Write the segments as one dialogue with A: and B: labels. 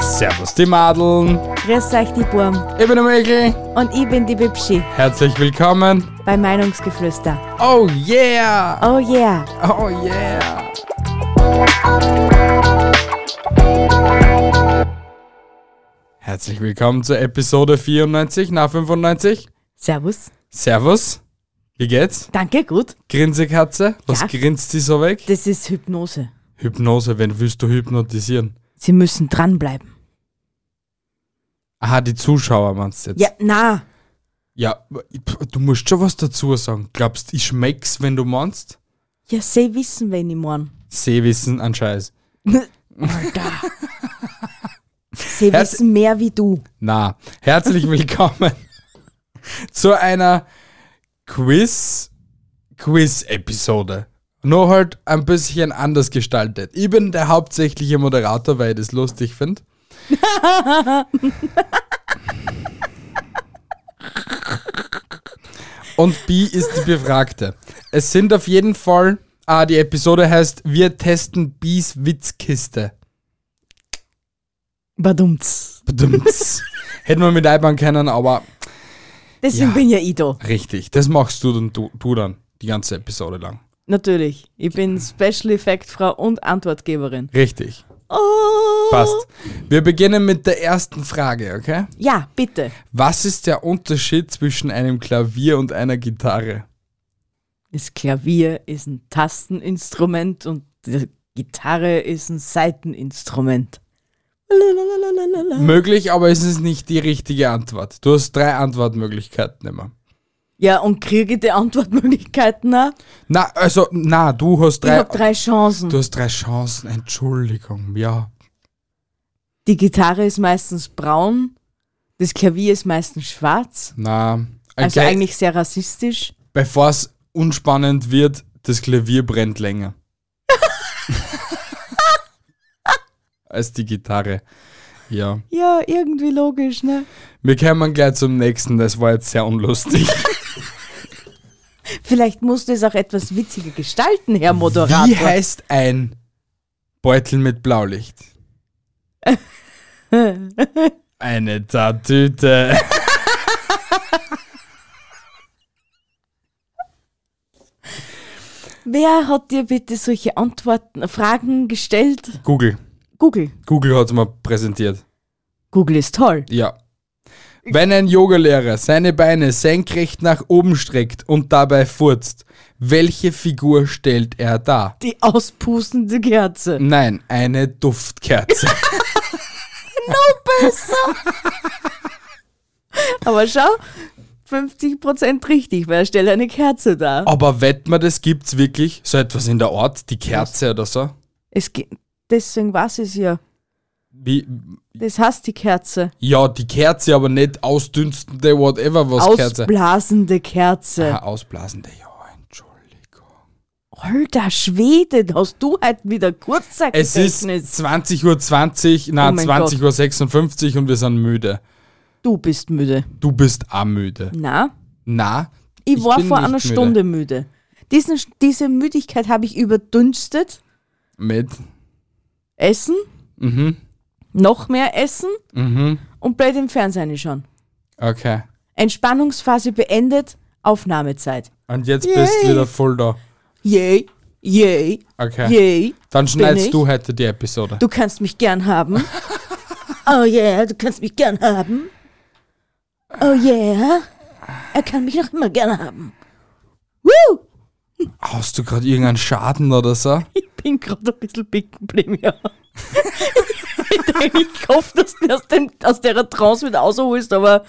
A: Servus die Madeln,
B: Grüß euch die Burm
A: ich bin der Michael.
B: und ich bin die Bibschi
A: Herzlich willkommen.
B: bei Meinungsgeflüster.
A: Oh yeah,
B: Oh yeah,
A: oh yeah. Herzlich willkommen zur Episode 94 nach 95.
B: servus.
A: Servus, wie geht's?
B: Danke, gut.
A: Grinsekatze, was
B: Ja.
A: grinst sie so weg?
B: Das ist Hypnose.
A: Hypnose, wenn willst du hypnotisieren?
B: Sie müssen dranbleiben.
A: Aha, die Zuschauer meinst du jetzt?
B: Ja, na,
A: Ja, pf, du musst schon was dazu sagen. Glaubst ich schmeck's, wenn du meinst?
B: ja, sie wissen, wenn ich morgen.
A: Sehwissen an Scheiß.
B: Alter. sie
A: Herz-
B: wissen mehr wie du.
A: Na, herzlich willkommen zu einer Quiz Quiz Episode. Nur halt ein bisschen anders gestaltet. Ich bin der hauptsächliche Moderator, weil ich das lustig finde. Und B ist die Befragte. Es sind auf jeden Fall, ah, die Episode heißt Wir testen Bs Witzkiste.
B: Badumts.
A: Bedumts. Hätten wir mit einbauen können, aber
B: Deswegen
A: Ja.
B: bin ja ich da.
A: Richtig, das machst du dann, du, du dann die ganze Episode lang.
B: Natürlich. Ich bin Special Effect Frau und Antwortgeberin.
A: Richtig,
B: Oh.
A: passt. Wir beginnen mit der ersten Frage, okay?
B: Ja, bitte.
A: Was ist der Unterschied zwischen einem Klavier und einer Gitarre?
B: Das Klavier ist ein Tasteninstrument und die Gitarre ist ein Saiteninstrument. Lalalala.
A: Möglich, aber es ist nicht die richtige Antwort. Du hast drei Antwortmöglichkeiten immer.
B: Ja, und kriege ich die Antwortmöglichkeiten auch?
A: Na, also, na, du hast
B: Ich
A: drei.
B: habe drei Chancen.
A: Du hast drei Chancen, Entschuldigung, ja.
B: Die Gitarre ist meistens braun, das Klavier ist meistens schwarz.
A: Na,
B: Also
A: okay,
B: eigentlich sehr rassistisch.
A: bevor es unspannend wird, das Klavier brennt länger. Als die Gitarre. Ja.
B: Ja, irgendwie logisch, ne?
A: Wir kommen gleich zum nächsten, das war jetzt sehr unlustig.
B: Vielleicht musst du es auch etwas witziger gestalten, Herr Moderator.
A: Wie heißt ein Beutel mit Blaulicht? Eine Tatüte.
B: Wer hat dir bitte solche Antworten, Fragen gestellt?
A: Google.
B: Google.
A: Google hat es mal präsentiert.
B: Google ist toll.
A: Ja. Wenn ein Yogalehrer seine Beine senkrecht nach oben streckt und dabei furzt, welche Figur stellt er dar?
B: Die auspustende Kerze.
A: Nein, eine Duftkerze.
B: Aber schau, 50% richtig, weil er stellt eine Kerze dar.
A: Aber wett man, das gibt's wirklich? So etwas in der Art, die Kerze oder so?
B: Es ge- Deswegen war es ja.
A: Wie,
B: Das heißt die Kerze.
A: ja, die Kerze, aber nicht ausdünstende, whatever, was Kerze.
B: Ausblasende Kerze.
A: Ah, ausblasende, ja, Entschuldigung.
B: Alter Schwede, da hast du halt wieder
A: Es ist
B: Kurzzeitgedächtnis.
A: 20.20 Uhr, 20, nein,
B: Oh mein
A: 20.56 Uhr 56 und wir sind müde.
B: Du bist müde.
A: Du bist auch müde.
B: Na,
A: Na,
B: ich,
A: Ich
B: war
A: bin
B: vor
A: nicht
B: einer
A: müde.
B: Stunde müde. Diesen, diese Müdigkeit habe ich überdünstet.
A: mit.
B: Essen,
A: Mhm.
B: noch mehr Essen und blöd im Fernsehen schon.
A: Okay.
B: Entspannungsphase beendet, Aufnahmezeit.
A: Und jetzt bist du wieder voll da.
B: Yay, yay,
A: Okay.
B: yay.
A: Dann
B: ich?
A: schneidest du heute die Episode.
B: Du kannst mich gern haben. Oh yeah, du kannst mich gern haben. Oh yeah, er kann mich noch immer gern haben. Woo!
A: Hast du gerade irgendeinen Schaden oder so?
B: Ich bin gerade ein bisschen big geblieben, ja. ich denk, ich hoffe, dass du mich aus, dem, aus der Trance wieder rausholst, aber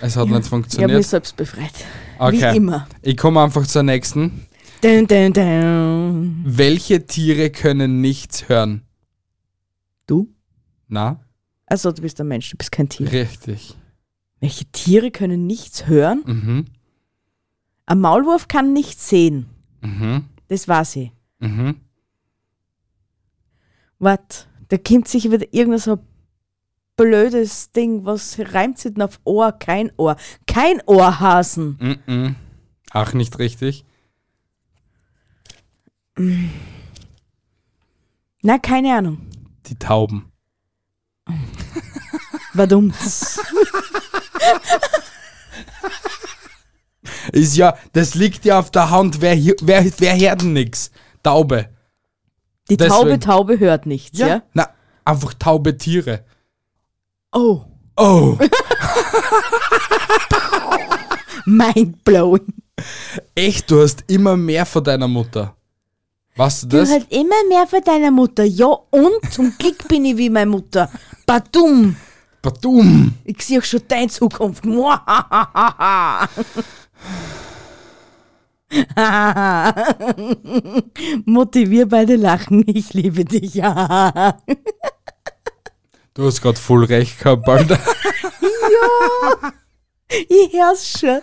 A: Es hat nicht
B: ich habe mich
A: funktioniert.
B: selbst befreit.
A: Okay.
B: Wie immer.
A: Ich komme einfach zur nächsten.
B: Dun, dun, dun.
A: Welche Tiere können nichts hören?
B: Du?
A: Na?
B: Also du bist ein Mensch, du bist kein Tier.
A: Richtig.
B: Welche Tiere können nichts hören?
A: Mhm.
B: Ein Maulwurf kann nichts sehen.
A: Mhm.
B: Das war sie.
A: Mhm.
B: Wart, da kommt sicher wieder irgendein so blödes Ding, was reimt sich denn auf Ohr? Kein Ohr. Kein Ohrhasen.
A: Mhm. Ach, nicht richtig.
B: Na, keine Ahnung.
A: Die Tauben.
B: Warum?
A: Ist ja, das liegt ja auf der Hand. Wer, hier- wer, wer hört denn nix? Taube.
B: Die Taube,
A: Deswegen.
B: Taube hört nichts, ja?
A: Na, einfach taube Tiere.
B: Oh,
A: Oh,
B: mindblowing.
A: echt, du hast immer mehr von deiner Mutter. Weißt du
B: Du halt
A: das?
B: hast immer mehr von deiner Mutter. Ja, und zum Glück bin ich wie meine Mutter. Badum.
A: Badum.
B: Ich sehe schon deine Zukunft. Muahahaha. Mutti, wir beide lachen. Ich liebe dich. Ja.
A: Du hast gerade voll recht gehabt, Alter.
B: Ich hör's schon.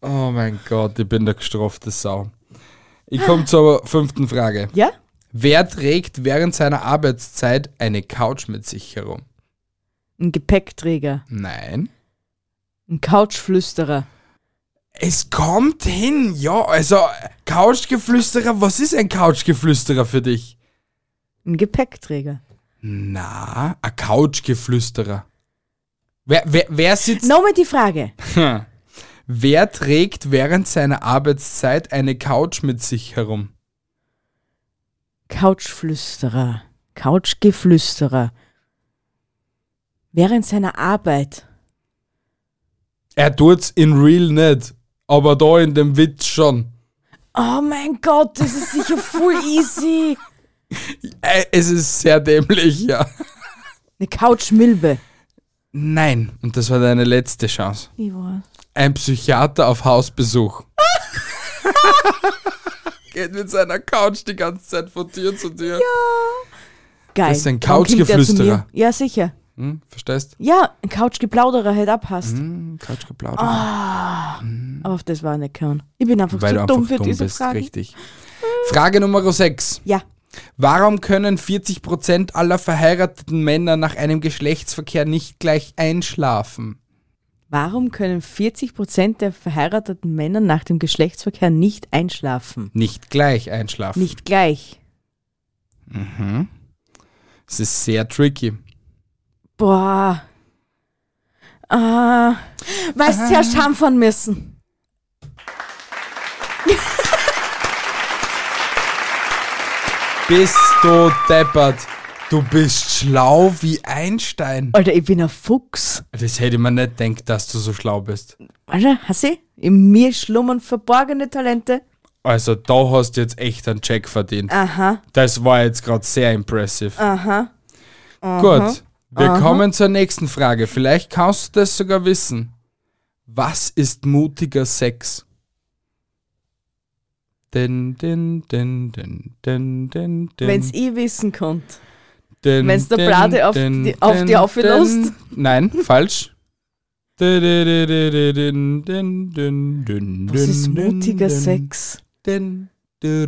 A: Oh mein Gott, ich bin der gestrafte Sau. Ich komme zur fünften Frage.
B: Ja?
A: Wer trägt während seiner Arbeitszeit eine Couch mit sich herum?
B: Ein Gepäckträger.
A: Nein.
B: Ein Couchflüsterer.
A: Es kommt hin, ja. Also, Couchgeflüsterer, was ist ein Couchgeflüsterer für dich?
B: Ein Gepäckträger.
A: Na, ein Couchgeflüsterer. Wer, wer, wer sitzt.
B: Nochmal die Frage.
A: Wer trägt während seiner Arbeitszeit eine Couch mit sich herum?
B: Couchflüsterer. Couchgeflüsterer. Während seiner Arbeit.
A: Er tut's in real nicht, aber da in dem Witz schon.
B: Oh mein Gott, das ist sicher voll easy.
A: Äh, Es ist sehr dämlich, ja.
B: Eine Couchmilbe.
A: Nein, und das war deine letzte Chance.
B: Ich weiß.
A: Ein Psychiater auf Hausbesuch. Geht mit seiner Couch die ganze Zeit von Tür zu Tür.
B: Geil.
A: Das ist ein
B: Dann klingt der zu mir.
A: Couchgeflüsterer.
B: Ja, sicher.
A: Hm, verstehst?
B: Ja, ein Couchgeplauderer hätte abpasst.
A: Hm, Couch geplaudert.
B: Aber auf das war ich nicht gehören. Ich bin einfach
A: weil
B: Ah, zu
A: du
B: dumm
A: einfach
B: für
A: dumm
B: diese
A: bist,
B: Frage.
A: richtig. Frage Nummer 6.
B: Ja.
A: Warum können 40% aller verheirateten Männer nach einem Geschlechtsverkehr nicht gleich einschlafen?
B: Warum können 40% der verheirateten Männer nach dem Geschlechtsverkehr nicht einschlafen?
A: Nicht gleich einschlafen.
B: Nicht gleich.
A: Es ist sehr tricky.
B: Boah. Ah. Weißt du, zuerst haben müssen.
A: Bist du deppert. Du bist schlau wie Einstein.
B: Alter, ich bin ein Fuchs.
A: Das hätte man nicht gedacht, dass du so schlau bist.
B: Alter, hast du? In mir schlummern verborgene Talente.
A: Also da hast du jetzt echt einen Check verdient.
B: Aha.
A: Das war jetzt gerade sehr impressive.
B: Aha.
A: Gut, wir kommen zur nächsten Frage. Vielleicht kannst du das sogar wissen. Was ist mutiger Sex? Din, din, din, din, din, din, din,
B: Wenn's ich wissen könnt.
A: din,
B: wenn's der
A: din,
B: Blade auf
A: din,
B: die- auf
A: din,
B: die aufgelöst?
A: din. Nein, falsch. Di, di, di, di, di, din, din, din, din,
B: Das
A: din,
B: ist
A: din,
B: mutiger
A: din,
B: Sex.
A: din, din,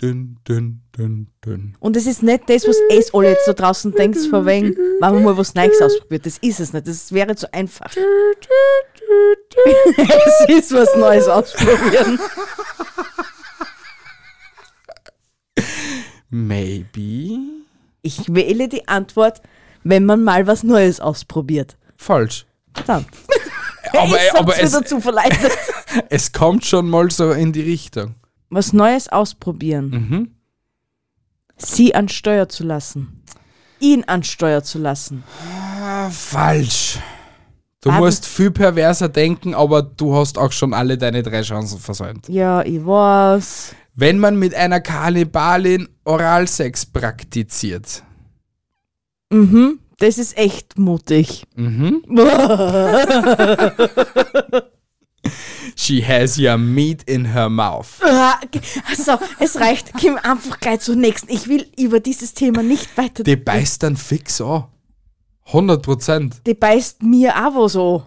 A: din, din, din, din.
B: Und es ist nicht das, was es alle jetzt da draußen denkt, von wegen, wenn man mal was Neues ausprobiert. Das ist es nicht. Das wäre zu einfach. es ist was Neues ausprobieren.
A: Maybe.
B: Ich wähle die Antwort, wenn man mal was Neues ausprobiert.
A: Falsch.
B: Verdammt.
A: Aber,
B: ich hab's
A: aber
B: mir
A: es,
B: dazu verleitet.
A: Es kommt schon mal so in die Richtung.
B: was Neues ausprobieren.
A: Mhm.
B: Sie an Steuer zu lassen. Ihn an Steuer zu lassen.
A: Ah, Falsch. Du
B: Aber-
A: musst viel perverser denken, aber du hast auch schon alle deine drei Chancen versäumt.
B: Ja, ich weiß.
A: Wenn man mit einer Kannibalin Oralsex praktiziert.
B: Mhm, das ist echt mutig.
A: She has your meat in her mouth.
B: Also, es reicht. Kim, einfach gleich zum nächsten. Ich will über dieses Thema nicht weiter.
A: Die beißt dann fix an. 100 Prozent.
B: Die beißt mir auch was an.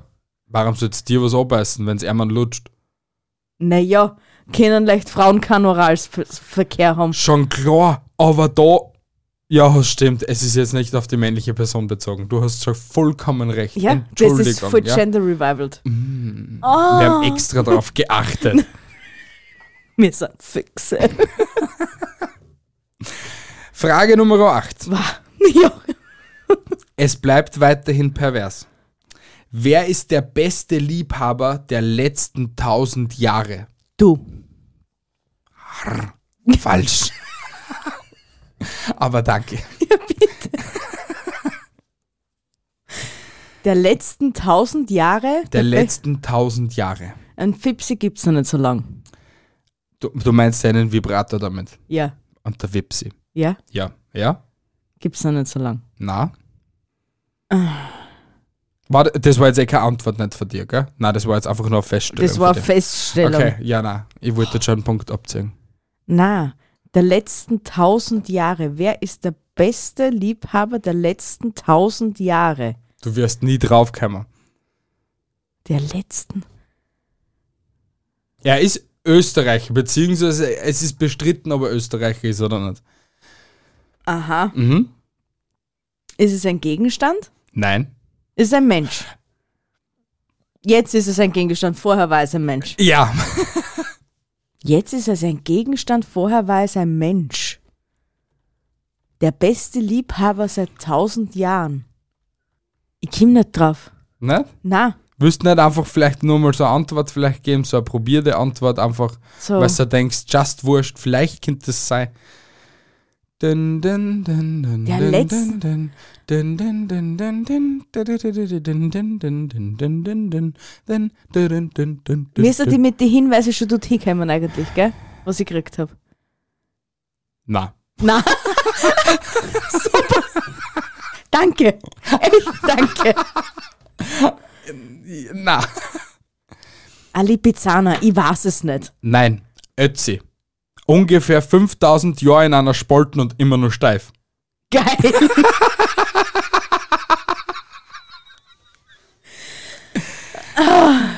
A: Warum soll es dir was abbeißen, wenn es Ermann lutscht?
B: Naja, können leicht Frauen keinen Oralsverkehr haben.
A: Schon klar, aber da. Ja, stimmt, es ist jetzt nicht auf die männliche Person bezogen. Du hast schon vollkommen recht.
B: Ja, das
A: Entschuldigung.
B: ist voll
A: ja. Mm.
B: gender revivaled. Ah.
A: Wir haben extra darauf geachtet.
B: Wir sind Füchse.
A: Frage Nummer 8.
B: ja.
A: Es bleibt weiterhin pervers. Wer ist der beste Liebhaber der letzten 1000 Jahre?
B: Du.
A: Falsch. Aber danke.
B: Der letzten tausend Jahre.
A: Der letzten 1000 Jahre.
B: Ein Fipsi gibt's noch nicht so lang.
A: Du, du meinst deinen Vibrator damit.
B: Ja.
A: Und der Wipsi.
B: Ja.
A: Ja. Ja?
B: Gibt's noch nicht so lang.
A: Na? Warte, das war jetzt eh keine Antwort nicht von dir, gell? Nein, das war jetzt einfach nur eine Feststellung.
B: Das war
A: von
B: eine
A: dir.
B: Feststellung.
A: Okay, ja, nein. Ich wollte jetzt schon einen Punkt abziehen.
B: Na, der letzten tausend Jahre. Wer ist der beste Liebhaber der letzten tausend Jahre?
A: Du wirst nie draufkommen.
B: Der letzten.
A: Er ist Österreicher, beziehungsweise es ist bestritten, ob er Österreicher ist oder nicht.
B: Aha.
A: Mhm.
B: Ist es ein Gegenstand?
A: Nein.
B: Ist es ein Mensch? Jetzt ist es ein Gegenstand, vorher war es ein Mensch.
A: Ja.
B: Jetzt ist es ein Gegenstand, vorher war es ein Mensch. Der beste Liebhaber seit tausend Jahren. Ich komm nicht drauf.
A: ne?
B: Na,
A: Willst nicht einfach vielleicht nur mal so eine Antwort vielleicht geben, so eine probierte Antwort einfach,
B: So.
A: weil du denkst, just wurscht, vielleicht könnte das sein. Dun, dun, dun, dun,
B: Der
A: dun,
B: letzte-
A: dun, dun, dun, dun, dun, dun, dun, dun, dun, dun, dun, dun, dun, dun, dun, dun, dun, dun, dun, dun, dun,
B: mir ist ja
A: dun.
B: die mit den Hinweisen schon dort hinkommen eigentlich, gell? Was ich gekriegt habe.
A: Na,
B: Na. Super. Danke. Echt danke.
A: na.
B: Ali Pizzana, ich weiß es nicht.
A: Nein, Ötzi. Ungefähr 5000 Jahre in einer Spalten und immer nur steif.
B: Geil.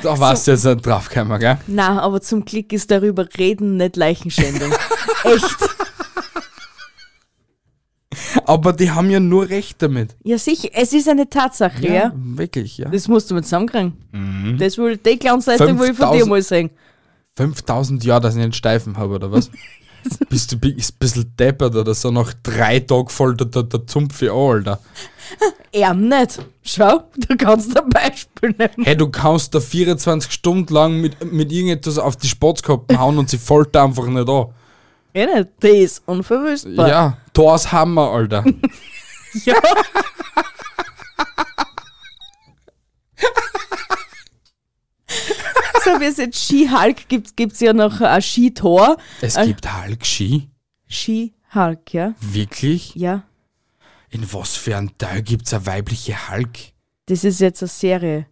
A: Da warst du jetzt nicht draufgekommen, gell?
B: Na, aber zum Glück ist darüber reden nicht Leichenschändung. Echt.
A: Aber die haben ja nur recht damit.
B: Ja, sicher. Es ist eine Tatsache, ja?
A: Wirklich, ja.
B: Das musst du mir zusammenkriegen. Das will, die Glanzleistung will ich von dir
A: 5000
B: mal sehen.
A: 5000 Jahre, dass ich einen Steifen habe, oder was? Bist du bi- ist ein bisschen deppert oder so? Nach drei Tagen voll der, der, der Zumpf an, Alter.
B: Er nicht. Schau, du kannst ein Beispiel nehmen.
A: Hey, du kannst da 24 Stunden lang mit, mit irgendetwas auf die Spatskappen hauen und sie folgt da einfach nicht an.
B: Ja, Eh nicht. Die ist unverwüstbar.
A: Ja, Thors Hammer, Alter.
B: Ja. so wie es jetzt Ski-Hulk gibt, gibt es ja noch ein Skitor.
A: Es
B: Äh.
A: gibt Hulk-Ski?
B: Ski-Hulk, ja?
A: Wirklich?
B: Ja.
A: In was für einem Teil gibt's eine weibliche Hulk?
B: Das ist jetzt eine Serie,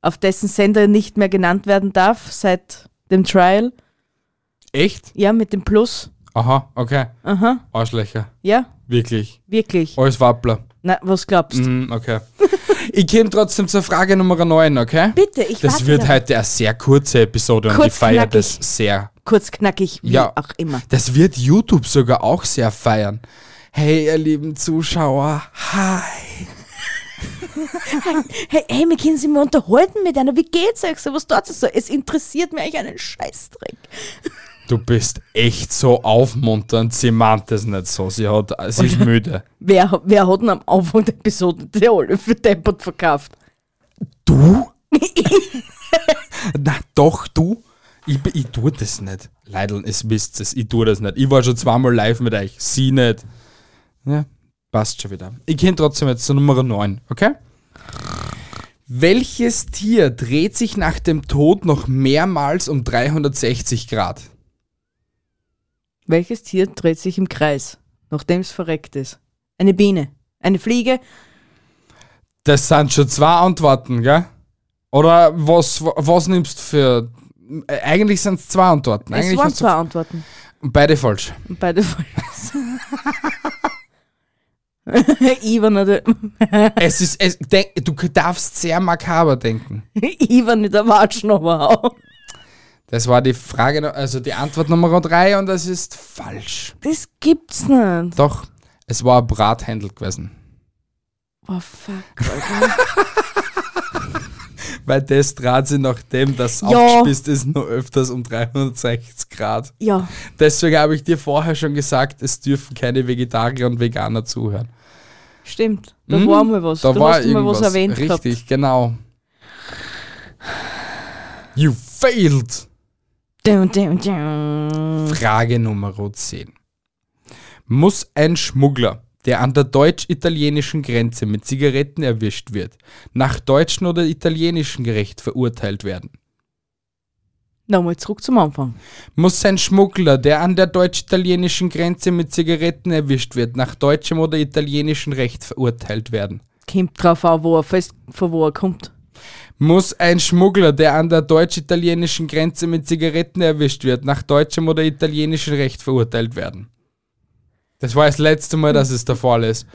B: auf dessen Sender nicht mehr genannt werden darf seit dem Trial.
A: Echt?
B: Ja, mit dem Plus.
A: Aha, okay.
B: Aha.
A: Arschlöcher.
B: Ja,
A: Wirklich.
B: wirklich.
A: Alles Wappler.
B: Na, was glaubst du?
A: Mhm, okay. ich komme trotzdem zur Frage Nummer 9, okay?
B: Bitte, ich
A: Das
B: warte
A: wird
B: noch.
A: heute eine sehr kurze Episode und
B: Kurz,
A: ich feiere das
B: knackig.
A: sehr.
B: kurz knackig, wie
A: Ja.
B: auch immer.
A: Das wird YouTube sogar auch sehr feiern. Hey, ihr lieben Zuschauer, hi.
B: Hey, hey, wir können sie mal unterhalten mit einer. Wie geht's euch so? Was dort so? Es interessiert mir eigentlich einen Scheißdreck.
A: Du bist echt so aufmunternd. Sie meint das nicht so. Sie, hat, sie ist müde.
B: Wer, wer hat denn am Anfang der Episode die alle für deppert verkauft?
A: Du? Na doch, du? Ich, bin- ich tue das nicht. Leideln, es wisst es. Ich tue das nicht. Ich war schon zweimal live mit euch. Sie nicht. Ja, passt schon wieder. Ich kenne trotzdem jetzt zur Nummer 9, okay? Welches Tier dreht sich nach dem Tod noch mehrmals um 360 Grad?
B: Welches Tier dreht sich im Kreis, nachdem es verreckt ist? Eine Biene, eine Fliege,
A: Das sind schon zwei Antworten, gell? Oder was, was nimmst du für. äh, Eigentlich sind es zwei Antworten.
B: es
A: Eigentlich
B: waren
A: hast du-
B: zwei Antworten.
A: Beide falsch.
B: Und beide falsch. Ivan oder
A: Es ist, es, denk, du darfst sehr makaber denken.
B: Ivan mit der Watschnummer auch.
A: Das war die Frage, nu- also die Antwort Nummer drei und das ist falsch.
B: Das gibt's nicht.
A: Doch, es war ein Brathändel gewesen.
B: Oh fuck, Alter.
A: Weil das trat sie nachdem das
B: Ja.
A: aufgespitzt ist, nur öfters um 360 Grad.
B: ja.
A: Deswegen habe ich dir vorher schon gesagt, es dürfen keine Vegetarier und Veganer zuhören.
B: Stimmt, da war mal was.
A: Hm? Da
B: du
A: war
B: hast mal
A: irgendwas.
B: was erwähnt
A: Richtig, genau. You failed!
B: gehabt. Dun, dun, dun.
A: Frage Nummer 10. Muss ein Schmuggler, der an der deutsch-italienischen Grenze mit Zigaretten erwischt wird, nach deutschem oder italienischem Recht verurteilt werden?
B: Nochmal zurück zum Anfang.
A: Muss ein Schmuggler, der an der deutsch-italienischen Grenze mit Zigaretten erwischt wird, nach deutschem oder italienischem Recht verurteilt werden?
B: Kommt drauf an, wo er fest, von wo er kommt.
A: Muss ein Schmuggler, der an der deutsch-italienischen Grenze mit Zigaretten erwischt wird, nach deutschem oder italienischem Recht verurteilt werden? Das war das letzte Mal, dass es der Fall ist.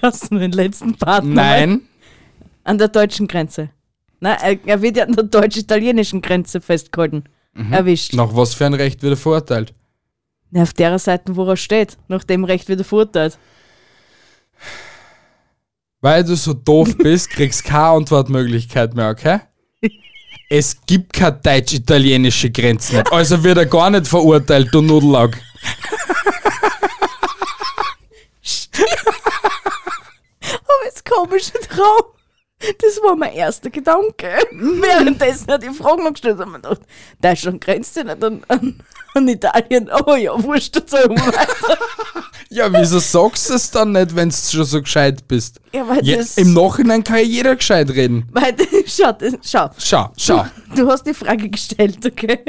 B: Kannst du nur den letzten Part noch mal-
A: Nein,
B: An der deutschen Grenze. Nein, er, er wird ja an der deutsch-italienischen Grenze festgehalten.
A: Mhm.
B: Erwischt.
A: nach was für ein Recht wird er verurteilt?
B: Na, auf derer Seite, wo er steht. Nach dem Recht wird er verurteilt.
A: Weil du so doof bist, kriegst keine Antwortmöglichkeit mehr, okay? Es gibt keine deutsch-italienische Grenze nicht. Also wird er gar nicht verurteilt, du Nudellack.
B: Aber das komische Traum, das war mein erster Gedanke. Währenddessen hat die Frage noch gestellt, habe ich mir gedacht, Deutschland grenzt ja nicht an, an, an Italien, aber ja, wurscht, dazu weiter.
A: Ja, wieso sagst du es dann nicht, wenn du schon so gescheit bist?
B: Ja, weil
A: Je-
B: das-
A: Im Nachhinein kann ja jeder gescheit reden.
B: Weil, schau, das- schau,
A: Schau, schau.
B: du hast die Frage gestellt, okay?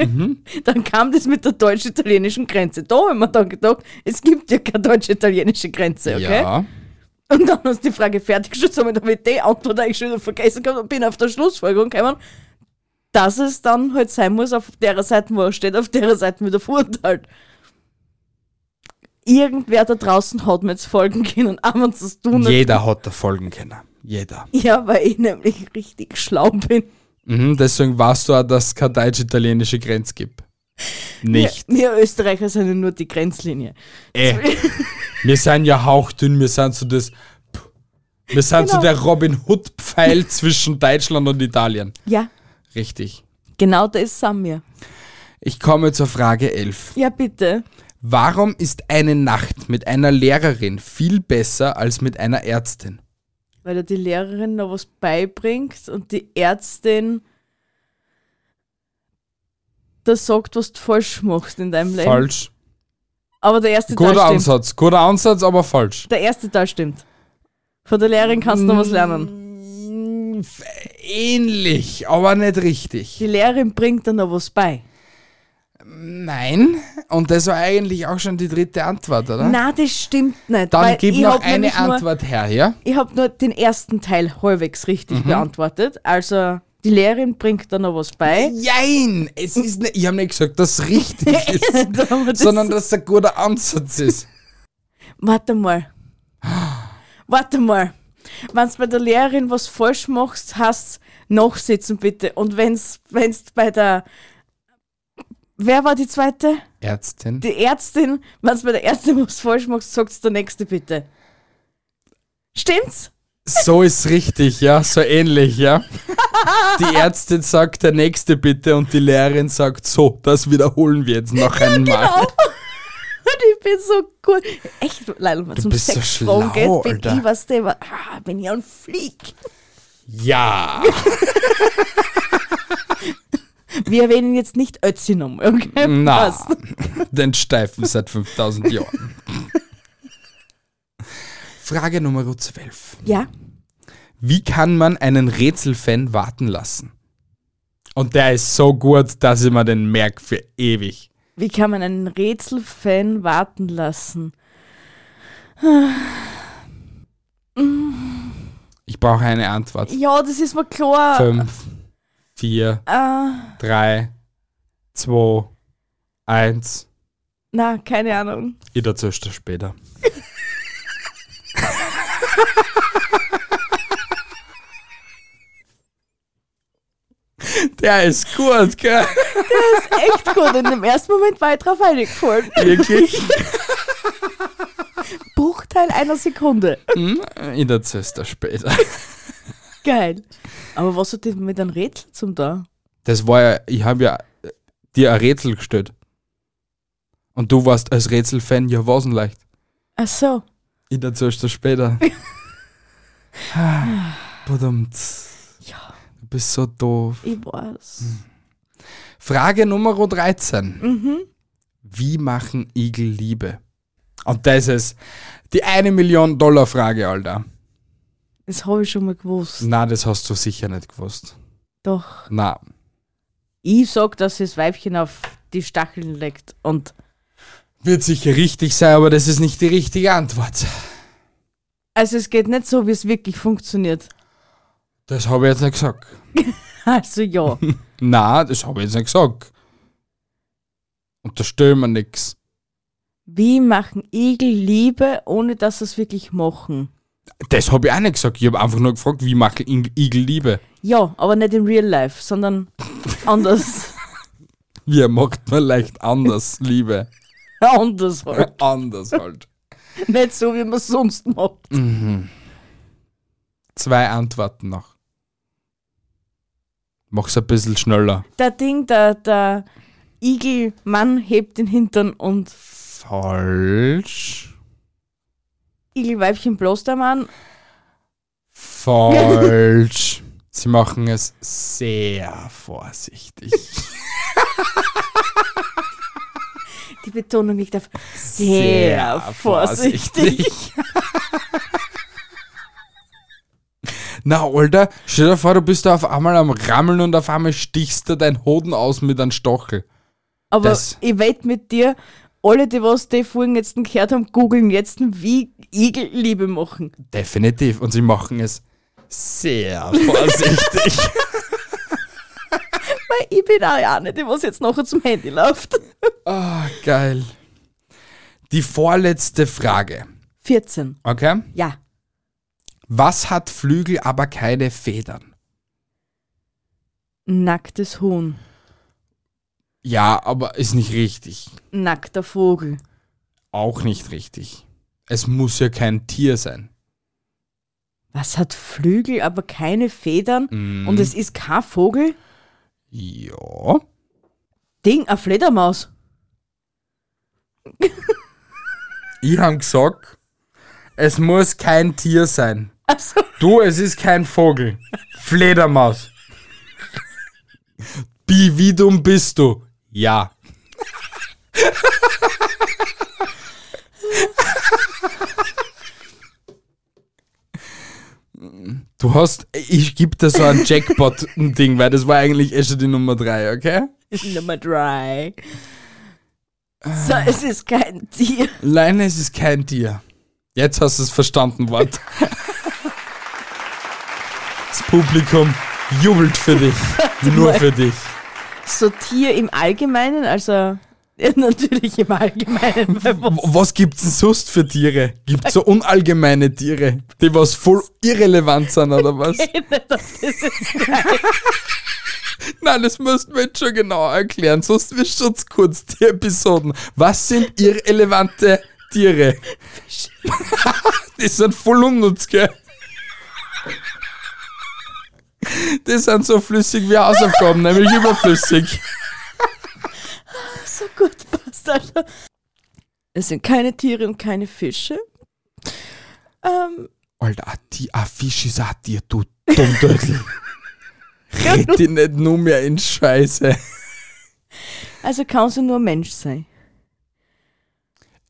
B: Dann kam das mit der deutsch-italienischen Grenze. Da haben wir dann gedacht, es gibt ja keine deutsch-italienische Grenze, okay?
A: Ja.
B: Und dann hast du die Frage fertig gestellt, somit habe ich die Antwort eigentlich schon wieder vergessen gehabt und bin auf der Schlussfolgerung gekommen, dass es dann halt sein muss, auf derer Seite, wo er steht, auf derer Seite wieder verurteilt. Irgendwer da draußen hat mir jetzt folgen können, aber wenn das du nicht.
A: Jeder hat da folgen können. Jeder.
B: Ja, weil ich nämlich richtig schlau bin.
A: Mhm, deswegen weißt du auch, dass es keine deutsch-italienische Grenze gibt. Nicht.
B: Wir, wir Österreicher sind ja nur die Grenzlinie.
A: Äh. Wir sind ja hauchdünn, wir sind so das. Wir sind so
B: Genau.
A: der Robin Hood-Pfeil zwischen Deutschland und Italien.
B: Ja,
A: Richtig.
B: genau das sind wir.
A: Ich komme zur Frage 11.
B: Ja, bitte.
A: Warum ist eine Nacht mit einer Lehrerin viel besser als mit einer Ärztin?
B: weil da die Lehrerin noch was beibringt und die Ärztin das sagt, was du falsch machst in deinem Leben.
A: Falsch.
B: Aber der erste Teil
A: Guter
B: stimmt.
A: Ansatz, guter Ansatz, aber falsch.
B: Der erste Teil stimmt. Von der Lehrerin kannst du noch
A: Mm.
B: was lernen.
A: Ähnlich, aber nicht richtig.
B: Die Lehrerin bringt dir noch was bei.
A: Nein, und das war eigentlich auch schon die dritte Antwort, oder?
B: Na, das stimmt nicht.
A: Dann
B: weil
A: gib
B: ich
A: noch
B: hab
A: eine
B: nämlich nur-
A: Antwort her, ja?
B: Ich habe nur den ersten Teil halbwegs
A: Mhm.
B: richtig beantwortet. Also, die Lehrerin bringt dir noch was bei.
A: Jein, es ist nicht, ich habe nicht gesagt, dass es richtig ist,
B: Aber das-
A: sondern dass es ein guter Ansatz ist.
B: Warte mal. Warte mal. Wenn du bei der Lehrerin was falsch machst, hast nachsitzen bitte. Und wenn's, wenn's bei der. Wer war die zweite?
A: Ärztin,
B: Die Ärztin. Wenn bei der Ärztin was falsch machst, sagst der nächste bitte. Stimmt's?
A: so ist richtig, ja, so ähnlich, ja. Die Ärztin sagt, der nächste bitte, und die Lehrerin sagt, so, das wiederholen wir jetzt noch einmal.
B: Genau. Und ich bin so cool. Echt, Leila, wenn es um
A: bist so
B: Sex
A: schlau,
B: geht, bin
A: Alter.
B: ich was der. wa- Ah, bin ich ein Flieg.
A: Ja,
B: Wir erwähnen jetzt nicht Ötzi nochmal, okay?
A: na,
B: Passt.
A: den Steifen seit 5000 Jahren. Frage Nummer 12.
B: Ja.
A: Wie kann man einen Rätselfan warten lassen? Und der ist so gut, dass ich mir den merk für ewig.
B: Wie kann man einen Rätselfan warten lassen?
A: Ich brauche eine Antwort.
B: Ja, das ist mir klar.
A: Fünf, vier,
B: Äh,
A: drei, zwei, eins.
B: na, keine Ahnung.
A: Ich erzähl's dir später. Der ist gut, gell?
B: Das ist echt gut. In dem ersten Moment war ich drauf eingefallen.
A: Wirklich?
B: Bruchteil einer Sekunde.
A: In der Zester später.
B: Geil. Aber was hat das mit einem Rätsel zum da?
A: Das war ja, ich habe ja äh, dir ein Rätsel gestellt. Und du warst als Rätselfan ja was denn leicht.
B: Ach so.
A: In der Zester später. Ah, Badumts.
B: Ja.
A: Du bist so doof.
B: Ich weiß.
A: Frage Nummer 13. Wie machen Igel Liebe? Und das ist die eine Million Dollar Frage, Alter.
B: Das habe ich schon mal gewusst.
A: Na, das hast du sicher nicht gewusst.
B: Doch.
A: Na,
B: Ich sag, dass das Weibchen auf die Stacheln legt. Und
A: wird sicher richtig sein, aber das ist nicht die richtige Antwort.
B: also es geht nicht so, wie es wirklich funktioniert.
A: Das habe ich jetzt nicht gesagt.
B: Also ja.
A: Na, das habe ich jetzt nicht gesagt. Unterstell mir nix.
B: Wie machen Igel Liebe, ohne dass sie es wirklich machen?
A: Das habe ich auch nicht gesagt. Ich habe einfach nur gefragt, wie machen Ing- Igel Liebe?
B: Ja, aber nicht in real life, sondern anders.
A: Wie macht man leicht anders Liebe?
B: anders halt.
A: Anders halt.
B: Nicht so, wie man es sonst macht.
A: Zwei Antworten noch. Mach's ein bisschen schneller.
B: Der Ding, der, der Igelmann hebt den Hintern und
A: Falsch.
B: Igelweibchen bloß der Mann.
A: Falsch. Sie machen es sehr vorsichtig.
B: Die Betonung liegt auf sehr, vorsichtig.
A: Na, Alter, stell dir vor, du bist da auf einmal am Rammeln und auf einmal stichst du deinen Hoden aus mit einem Stachel.
B: Aber
A: Das-
B: ich wette mit dir, alle, die was die Folgen jetzt gehört haben, googeln jetzt, wie Igel Liebe machen.
A: Definitiv. Und sie machen es sehr vorsichtig.
B: Weil ich bin auch ja nicht, die was jetzt nachher zum Handy läuft.
A: Ah, geil. Die vorletzte Frage.
B: 14.
A: Okay?
B: Ja.
A: Was hat Flügel, aber keine Federn?
B: Nacktes Huhn.
A: Ja, aber ist nicht richtig.
B: Nackter Vogel.
A: Auch nicht richtig. Es muss ja kein Tier sein.
B: Was hat Flügel, aber keine Federn? Und es ist kein Vogel?
A: Ja.
B: Ding, eine Fledermaus.
A: Ich habe gesagt, es muss kein Tier sein.
B: Also,
A: Du, es ist kein Vogel. Fledermaus. Bi, wie dumm bist du? Ja. Du hast, ich gebe dir so ein Jackpot-Ding, weil das war eigentlich eh schon die Nummer 3, okay?
B: Nummer 3. So, es ist kein Tier.
A: Leine, es ist kein Tier. Jetzt hast du es verstanden, Wort. Das Publikum jubelt für dich. Nur für dich.
B: So Tier im Allgemeinen, also ja, natürlich im Allgemeinen. weil wo-
A: W- Was gibt's denn sonst für Tiere? Gibt's so unallgemeine Tiere, die was voll irrelevant sind, oder was?
B: das ist jetzt kein-
A: Nein, das müssten wir jetzt schon genau erklären, sonst wirst du uns kurz die Episoden. Was sind irrelevante Tiere? die sind voll unnütz, gell? Die sind so flüssig wie Hausaufgaben, nämlich überflüssig.
B: so gut passt. Also. Es sind keine Tiere und keine Fische. Ähm,
A: Alter, ein Ti- ein Fisch ist ein Tier, du Dummdödel. Red dich nicht nur mehr in Scheiße.
B: also kann sie nur Mensch sein.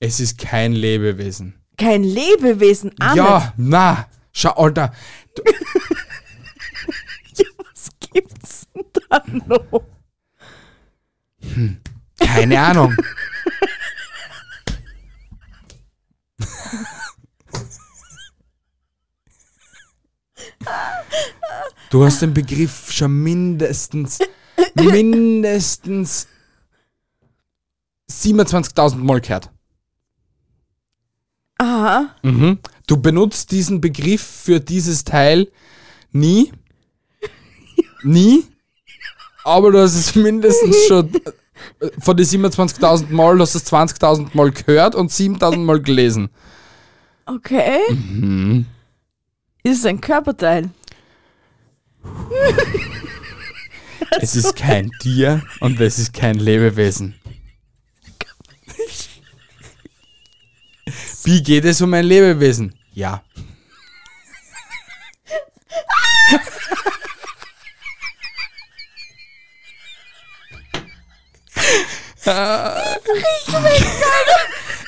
A: Es ist kein Lebewesen.
B: Kein Lebewesen, Ah, auch nicht.
A: Ja, na, schau, Alter,
B: Was gibt's denn da noch?
A: Keine Ahnung. Du hast den Begriff schon mindestens, mindestens 27.000 Mal gehört.
B: Aha,
A: Mhm. Du benutzt diesen Begriff für dieses Teil nie. Nie. aber du hast es mindestens schon äh, von den 27.000 Mal, du hast es 20.000 Mal gehört und 7.000 Mal gelesen.
B: Okay.
A: Mhm.
B: Ist es ein Körperteil?
A: Es ist kein Tier und es ist kein Lebewesen. Wie geht es um ein Lebewesen? Ja.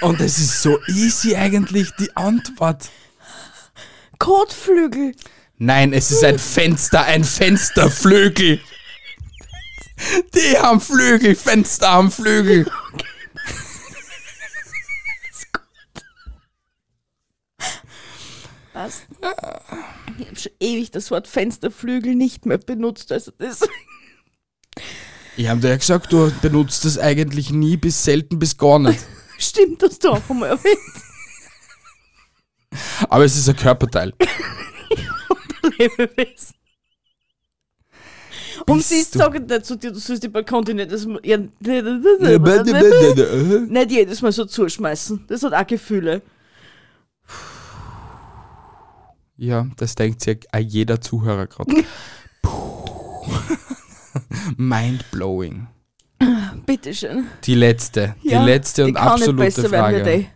A: Und es ist so easy eigentlich die Antwort.
B: Kotflügel.
A: Nein, es ist ein Fenster, ein Fensterflügel. Die haben Flügel, Fenster haben Flügel.
B: Was? Ich habe schon ewig das Wort Fensterflügel nicht mehr benutzt. Also das
A: Ich hab dir ja gesagt, du benutzt es eigentlich nie, bis selten, bis gar nicht.
B: stimmt, das du auch einmal erwähnt.
A: Aber es ist ein Körperteil.
B: Lebewesen. Und
A: Bist
B: sie
A: du-
B: sagen nicht zu dir, du sollst die Balkon nicht jedes Mal, ja, nicht jedes Mal so zuschmeißen. Das hat auch Gefühle.
A: Ja, das denkt sich auch jeder Zuhörer gerade. Mindblowing.
B: Bitteschön.
A: Die letzte, die
B: Ja,
A: letzte und
B: ich kann
A: absolute
B: nicht besser
A: Frage.
B: Werden,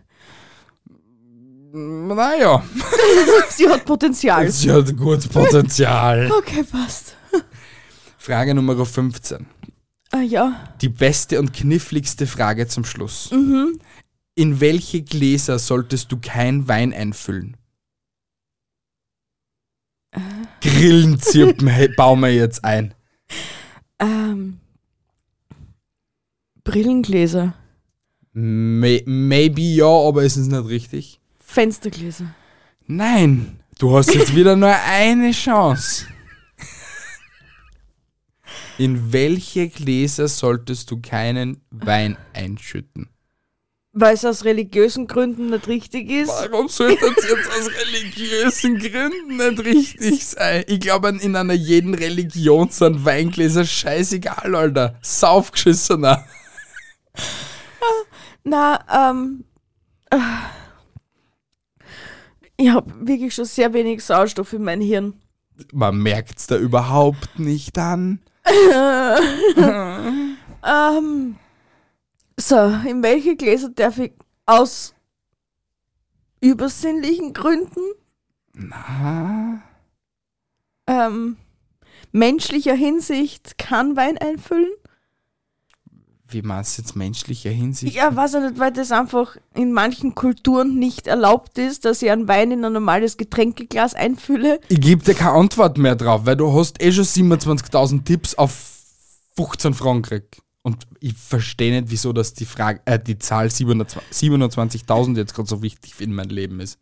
B: wie
A: naja,
B: die. Sie hat Potenzial.
A: sie hat gutes Potenzial.
B: Okay, passt.
A: Frage Nummer 15.
B: Ah ja.
A: Die beste und kniffligste Frage zum Schluss.
B: Mhm.
A: In welche Gläser solltest du kein Wein einfüllen? Grillen zirpen he- bauen wir jetzt ein.
B: Ähm, Brillengläser.
A: May, maybe ja, aber es ist nicht richtig.
B: Fenstergläser.
A: Nein, du hast jetzt wieder nur eine Chance. In welche Gläser solltest du keinen Wein einschütten?
B: Weil es aus religiösen Gründen nicht richtig ist.
A: Warum sollte das jetzt aus religiösen Gründen nicht richtig sein? Ich glaube, in einer jeden Religion sind Weingläser scheißegal, Alter. Saufgeschissener.
B: Na, ähm. äh, Ich habe wirklich schon sehr wenig Sauerstoff in meinem Hirn.
A: Man merkt's da überhaupt nicht an.
B: Ähm. So, in welche Gläser darf ich aus übersinnlichen Gründen? Na. Ähm, menschlicher Hinsicht kann Wein einfüllen?
A: Wie meinst du jetzt menschlicher Hinsicht?
B: Ja, weiß ich nicht, weil das einfach in manchen Kulturen nicht erlaubt ist, dass ich einen Wein in ein normales Getränkeglas einfülle.
A: Ich gebe dir keine Antwort mehr drauf, weil du hast eh schon 27.000 Tipps auf 15 Fragen gekriegt. Und ich verstehe nicht, wieso das die, Frage, äh, die Zahl 27.000 27.000 jetzt gerade so wichtig in meinem Leben ist.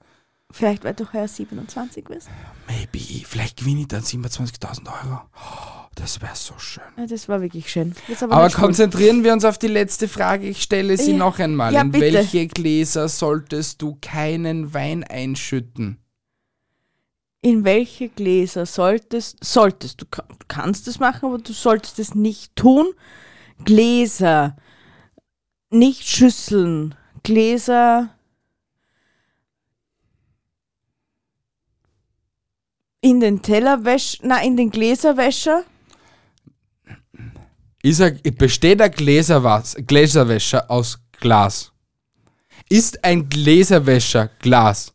B: Vielleicht, weil du heuer 27 bist.
A: Maybe, vielleicht gewinne ich dann 27.000 Euro. Oh, Das wäre so schön.
B: Ja, Das war wirklich schön. Jetzt
A: Aber
B: nicht schwul.
A: konzentrieren wir uns auf die letzte Frage. Ich stelle sie
B: Ja.
A: noch einmal.
B: Ja,
A: In
B: bitte.
A: welche Gläser solltest du keinen Wein einschütten?
B: In welche Gläser solltest, solltest, du ka- du kannst es machen, aber du solltest es nicht tun. Gläser, nicht Schüsseln, Gläser. In den Tellerwäscher, na, in den Gläserwäscher.
A: Ist ein, besteht ein Gläserwas, Gläserwäscher aus Glas? Ist ein Gläserwäscher Glas?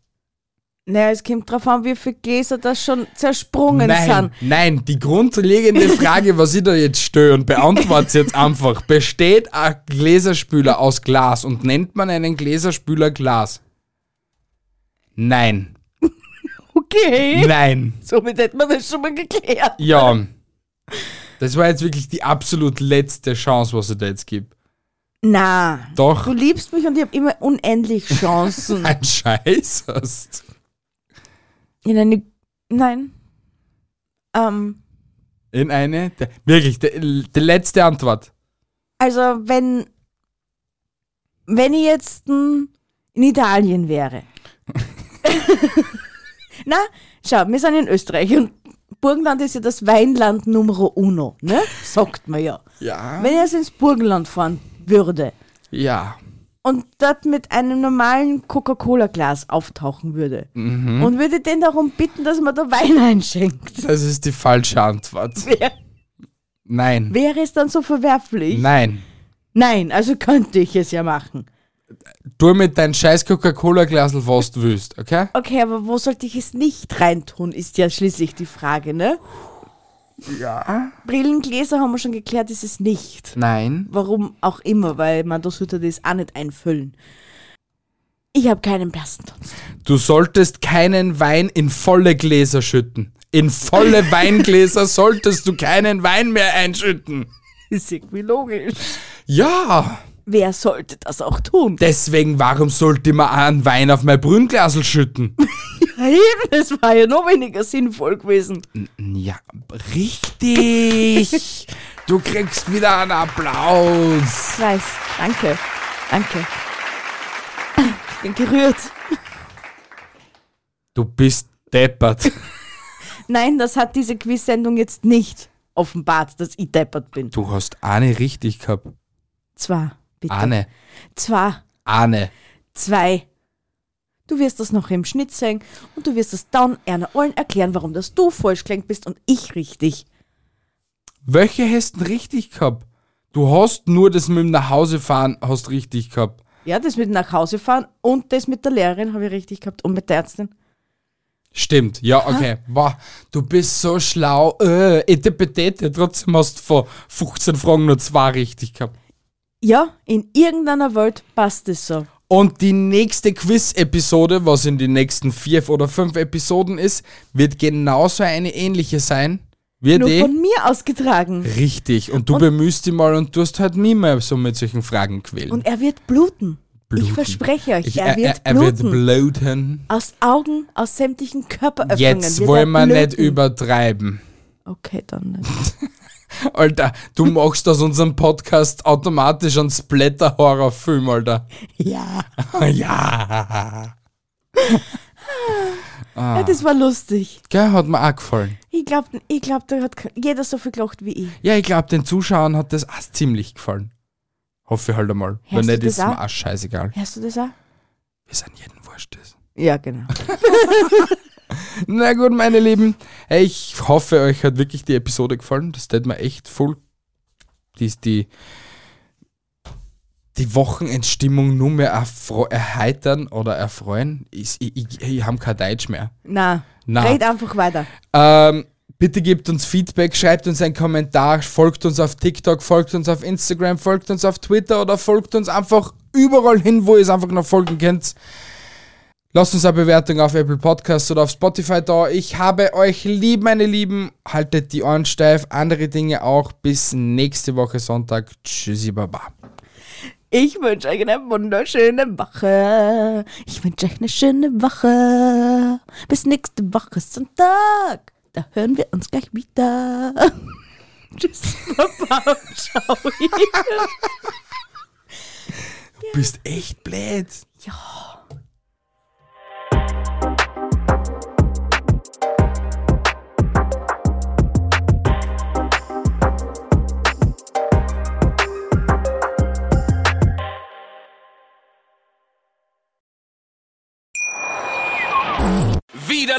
B: Naja, es kommt drauf an, wie viele Gläser das schon zersprungen
A: Nein,
B: sind.
A: nein, die grundlegende Frage, was ich da jetzt störe und beantworte es jetzt einfach. Besteht ein Gläserspüler aus Glas und nennt man einen Gläserspüler Glas? Nein,
B: Okay.
A: nein,
B: Somit hätten wir das schon mal geklärt.
A: ja. Das war jetzt wirklich die absolut letzte Chance, was ich da jetzt gebe.
B: Na,
A: Doch,
B: du liebst mich und ich habe immer unendlich Chancen.
A: ein Scheiß hast.
B: In eine. Nein. Ähm,
A: In eine, der- wirklich, der- die letzte Antwort.
B: also, wenn. Wenn ich jetzt hm, in Italien wäre. Na, schau, wir sind in Österreich und Burgenland ist ja das Weinland Numero Uno, ne? Sagt man ja.
A: Ja.
B: Wenn ich jetzt ins Burgenland fahren würde
A: Ja.
B: und dort mit einem normalen Coca-Cola-Glas auftauchen würde
A: Mhm.
B: und würde den darum bitten, dass man da Wein einschenkt,
A: Das ist die falsche Antwort.
B: wär,
A: Nein.
B: wäre es dann so verwerflich?
A: Nein.
B: Nein, also könnte ich es ja machen.
A: Tu mit deinem scheiß Coca-Cola-Glasel, was du willst, okay?
B: Okay, aber wo sollte ich es nicht reintun, ist ja schließlich die Frage, ne?
A: Ja.
B: Brillengläser haben wir schon geklärt, ist es nicht.
A: Nein.
B: Warum auch immer, weil man das sollte das auch nicht einfüllen. Ich habe keinen Blastentunst.
A: Du solltest keinen Wein in volle Gläser schütten. In volle Weingläser solltest du keinen Wein mehr einschütten.
B: Ist irgendwie logisch.
A: Ja,
B: Wer sollte das auch tun?
A: deswegen, warum sollte man auch einen Wein auf mein Brünnglasel schütten?
B: Eben, das war ja noch weniger sinnvoll gewesen.
A: Ja, richtig. Du kriegst wieder einen Applaus.
B: Ich weiß. Danke. Danke. Ich bin gerührt.
A: Du bist deppert.
B: Nein, das hat diese Quiz-Sendung jetzt nicht offenbart, dass ich deppert bin.
A: Du hast eine richtig gehabt.
B: Zwar, bitte.
A: Ahne.
B: Zwar.
A: Ahne.
B: Zwei. Du wirst das noch im Schnitt sehen und du wirst es dann Erna allen erklären, warum das du falsch klingt bist und ich richtig.
A: Welche hast du richtig gehabt? Du hast nur das mit dem Nachhausefahren hast richtig gehabt.
B: Ja, das mit nach Hause fahren und das mit der Lehrerin habe ich richtig gehabt und mit der Ärztin.
A: Stimmt, ja, okay. Wow, du bist so schlau. Äh, etepetete, trotzdem hast du vor 15 Fragen nur zwei richtig gehabt.
B: Ja, in irgendeiner Welt passt es so.
A: Und die nächste Quiz-Episode, was in den nächsten vier oder fünf Episoden ist, wird genauso eine ähnliche sein. Wird
B: Nur
A: eh
B: von mir ausgetragen.
A: richtig. Und du bemühst dich mal und tust halt nie mehr so mit solchen Fragen quälen.
B: Und er wird bluten. Ich
A: Bluten.
B: verspreche euch,
A: Ich-
B: er, wird
A: er, er wird
B: bluten.
A: bluten.
B: aus Augen, aus sämtlichen Körperöffnungen.
A: Jetzt
B: wird
A: wollen
B: er
A: wir nicht
B: bluten.
A: übertreiben.
B: Okay, dann nicht.
A: Alter, du machst aus unserem Podcast automatisch einen Splatter-Horrorfilm, Alter.
B: ja.
A: ja. Ah.
B: ja, das war lustig.
A: Gell, hat mir auch gefallen.
B: Ich glaube, ich glaub, da hat jeder so viel gelacht wie ich.
A: Ja, ich glaube, den Zuschauern hat das auch ziemlich gefallen. Hoffe ich halt einmal. Wenn
B: du
A: nicht,
B: das
A: ist mir
B: auch?
A: auch scheißegal.
B: Hörst du das auch?
A: Wir sind jeden wurscht. das.
B: Ja, genau.
A: Na gut, meine Lieben. Hey, ich hoffe, euch hat wirklich die Episode gefallen. Das tät mir echt voll. Die ist die. Die Wochenendstimmung nur mehr erfre- erheitern oder erfreuen. Ich, ich, ich, ich habe kein Deutsch mehr.
B: Na,
A: Na.
B: red einfach weiter.
A: Ähm, bitte gebt uns Feedback, schreibt uns einen Kommentar, folgt uns auf TikTok, folgt uns auf Instagram, folgt uns auf Twitter oder folgt uns einfach überall hin, wo ihr es einfach noch folgen könnt. Lasst uns eine Bewertung auf Apple Podcasts oder auf Spotify da. Ich habe euch lieb, meine Lieben. Haltet die Ohren steif, andere Dinge auch. Bis nächste Woche Sonntag. Tschüssi, Baba.
B: Ich wünsche euch eine wunderschöne Woche. Ich wünsche euch eine schöne Woche. Bis nächste Woche Sonntag. Da hören wir uns gleich wieder. Tschüss, Papa. Ciao.
A: Du bist echt blöd.
C: Wieder